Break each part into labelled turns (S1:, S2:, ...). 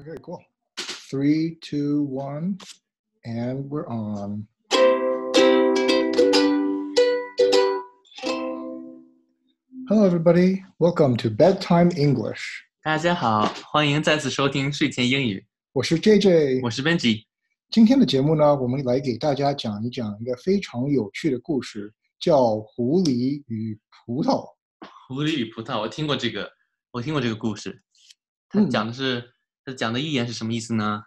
S1: Okay, cool. Three, two, one, and we're on. Hello, everybody. Welcome to Bedtime English.
S2: 大家好，欢迎再次收听睡前英语，
S1: 我是 JJ。
S2: 我是 Benji。
S1: 今天的节目呢，我们来给大家讲一讲一个非常有趣的故事，叫《狐狸与葡萄》。
S2: 狐狸与葡萄，我听过这个，我听过这个故事。它
S1: 嗯
S2: 讲的是，它讲的寓言是什么意思呢？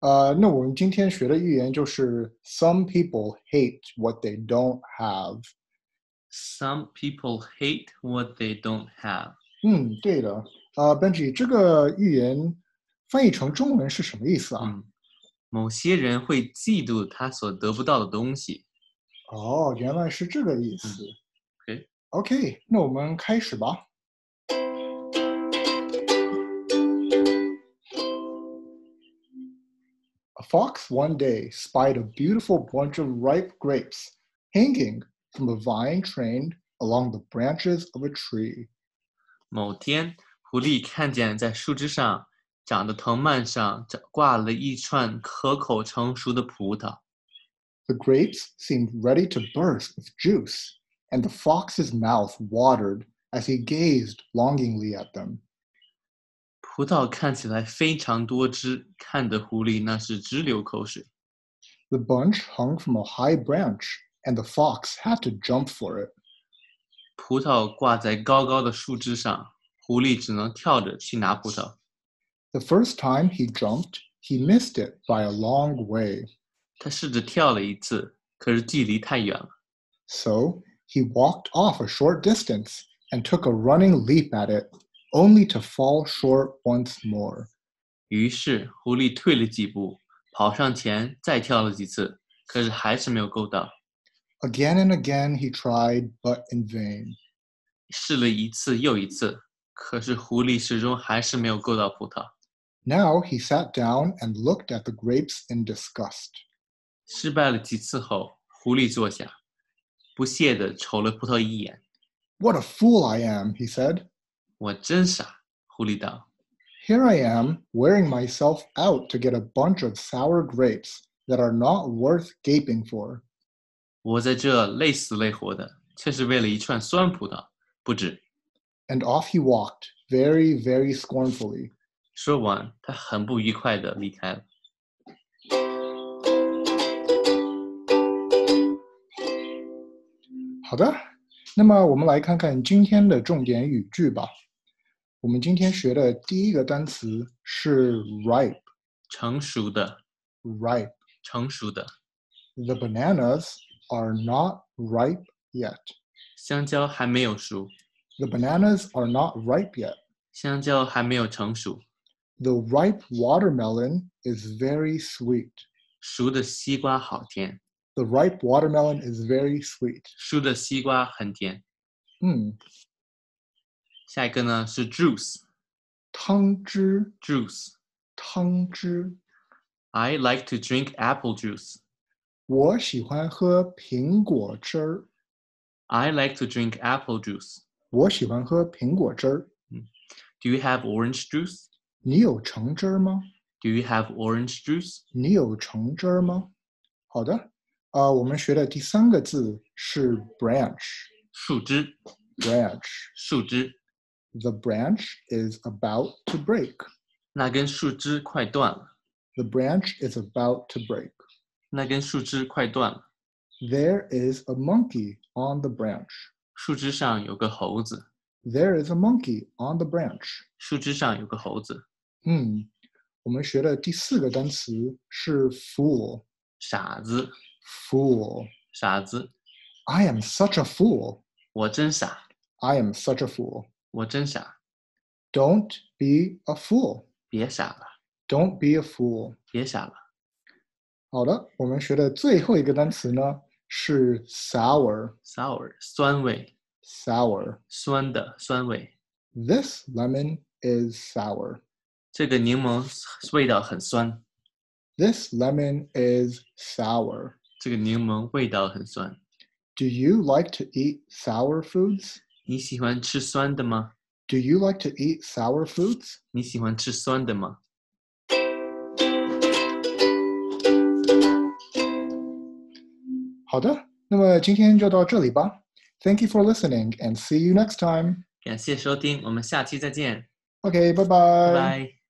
S1: 呃，那我们今天学的寓言就是：Some people hate what they don't have。
S2: Some people hate what they don't have。
S1: 嗯，对的。啊、b e n j i 这个寓言翻译成中文是什么意思啊？
S2: 嗯，某些人会嫉妒他所得不到的东西。
S1: 哦，原来是这个意思。
S2: OK
S1: OK，那我们开始吧。A fox one day spied a beautiful bunch of ripe grapes hanging from a vine trained along the branches of a tree.
S2: 某天，狐狸看见在树枝上长的藤蔓上长挂了一串可口成熟的葡萄，
S1: The grapes seemed ready to burst with juice, and the fox's mouth watered as he gazed longingly at them.
S2: 葡萄看起来非常多汁，看得狐狸那是直流口水。
S1: The bunch hung from a high branch, and the fox had to jump for it.
S2: 葡萄挂在高高的树枝上，狐狸只能跳着去拿葡萄。
S1: The first time he jumped, he missed it by a long way.
S2: 它试着跳了一次，可是距离太远了，
S1: So he walked off a short distance and took a running leap at it, only to fall short once more.
S2: 于是狐狸退了几步，跑上前再跳了几次，可是还是没有够到。
S1: Again and again he tried, but in vain.
S2: 试了一次又一次，可是狐狸始终还是没有够到葡萄。
S1: Now he sat down and looked at the grapes in disgust.
S2: 失败了几次后，狐狸坐下，不屑地瞅了葡萄一眼。
S1: What a fool I am, he said.
S2: 我真傻，狐狸道。
S1: Here I am, wearing myself out to get a bunch of sour grapes that are not worth gaping for.
S2: 我在这累死累活的，却是为了一串酸葡萄，不止。
S1: And off he walked, very, very scornfully.
S2: 说完，他很不愉快地离开了。
S1: 好的，那么我们来看看今天的重点语句吧。我们今天学的第一个单词是 ripe,
S2: 成熟的，
S1: ripe.
S2: 成熟的，
S1: The bananas are not ripe yet.
S2: 香蕉还没有熟，
S1: The bananas are not ripe yet.
S2: 香蕉还没有成熟，
S1: The ripe watermelon is very sweet.
S2: 熟的西瓜好甜，
S1: The ripe watermelon is very sweet. Hmm.
S2: 熟的西瓜很甜。
S1: 嗯，
S2: 下一个呢是 juice，juice。
S1: 汤汁，汤汁。
S2: I like to drink apple juice.
S1: 我喜欢喝苹果汁儿。
S2: I like to drink apple juice.
S1: 我喜欢喝苹果汁儿。
S2: Do you have orange juice?
S1: 你有橙汁儿吗？
S2: Do you have orange juice?
S1: 你有橙汁儿吗？好的，啊、我们学的第三个字是 branch。
S2: 树枝，
S1: branch。
S2: 树枝，
S1: The branch is about to break.
S2: 那根树枝快断了，
S1: The branch is about to break.
S2: 那根树枝快断了。
S1: There is a monkey on the branch.
S2: 树枝上有个猴子，
S1: There is a monkey on the branch.
S2: 树枝上有个猴子，
S1: 嗯，我们学的第四个单词是 fool。
S2: 傻子，
S1: Fool.
S2: 傻子，
S1: I am such a fool.
S2: 我真傻，
S1: I am such a fool.
S2: 我真傻，
S1: Don't be a fool.
S2: 别傻了，
S1: Don't be a fool.
S2: 别傻了。
S1: 好的，我们学的最后一个单词呢是 sour.
S2: Sour，酸味，
S1: Sour.
S2: 酸的酸味。
S1: This lemon is sour.
S2: 这个柠檬味道很酸，
S1: This lemon is sour.
S2: 这个柠檬味道很酸。
S1: Do you like to eat sour foods?
S2: 你喜欢吃酸的吗？
S1: Do you like to eat sour foods?
S2: 你喜欢吃酸的吗？
S1: 好的，那么今天就到这里吧。Thank you for listening and see you next time.
S2: 感谢收听，我们下期再见，
S1: OK，拜
S2: 拜
S1: 拜。
S2: 拜。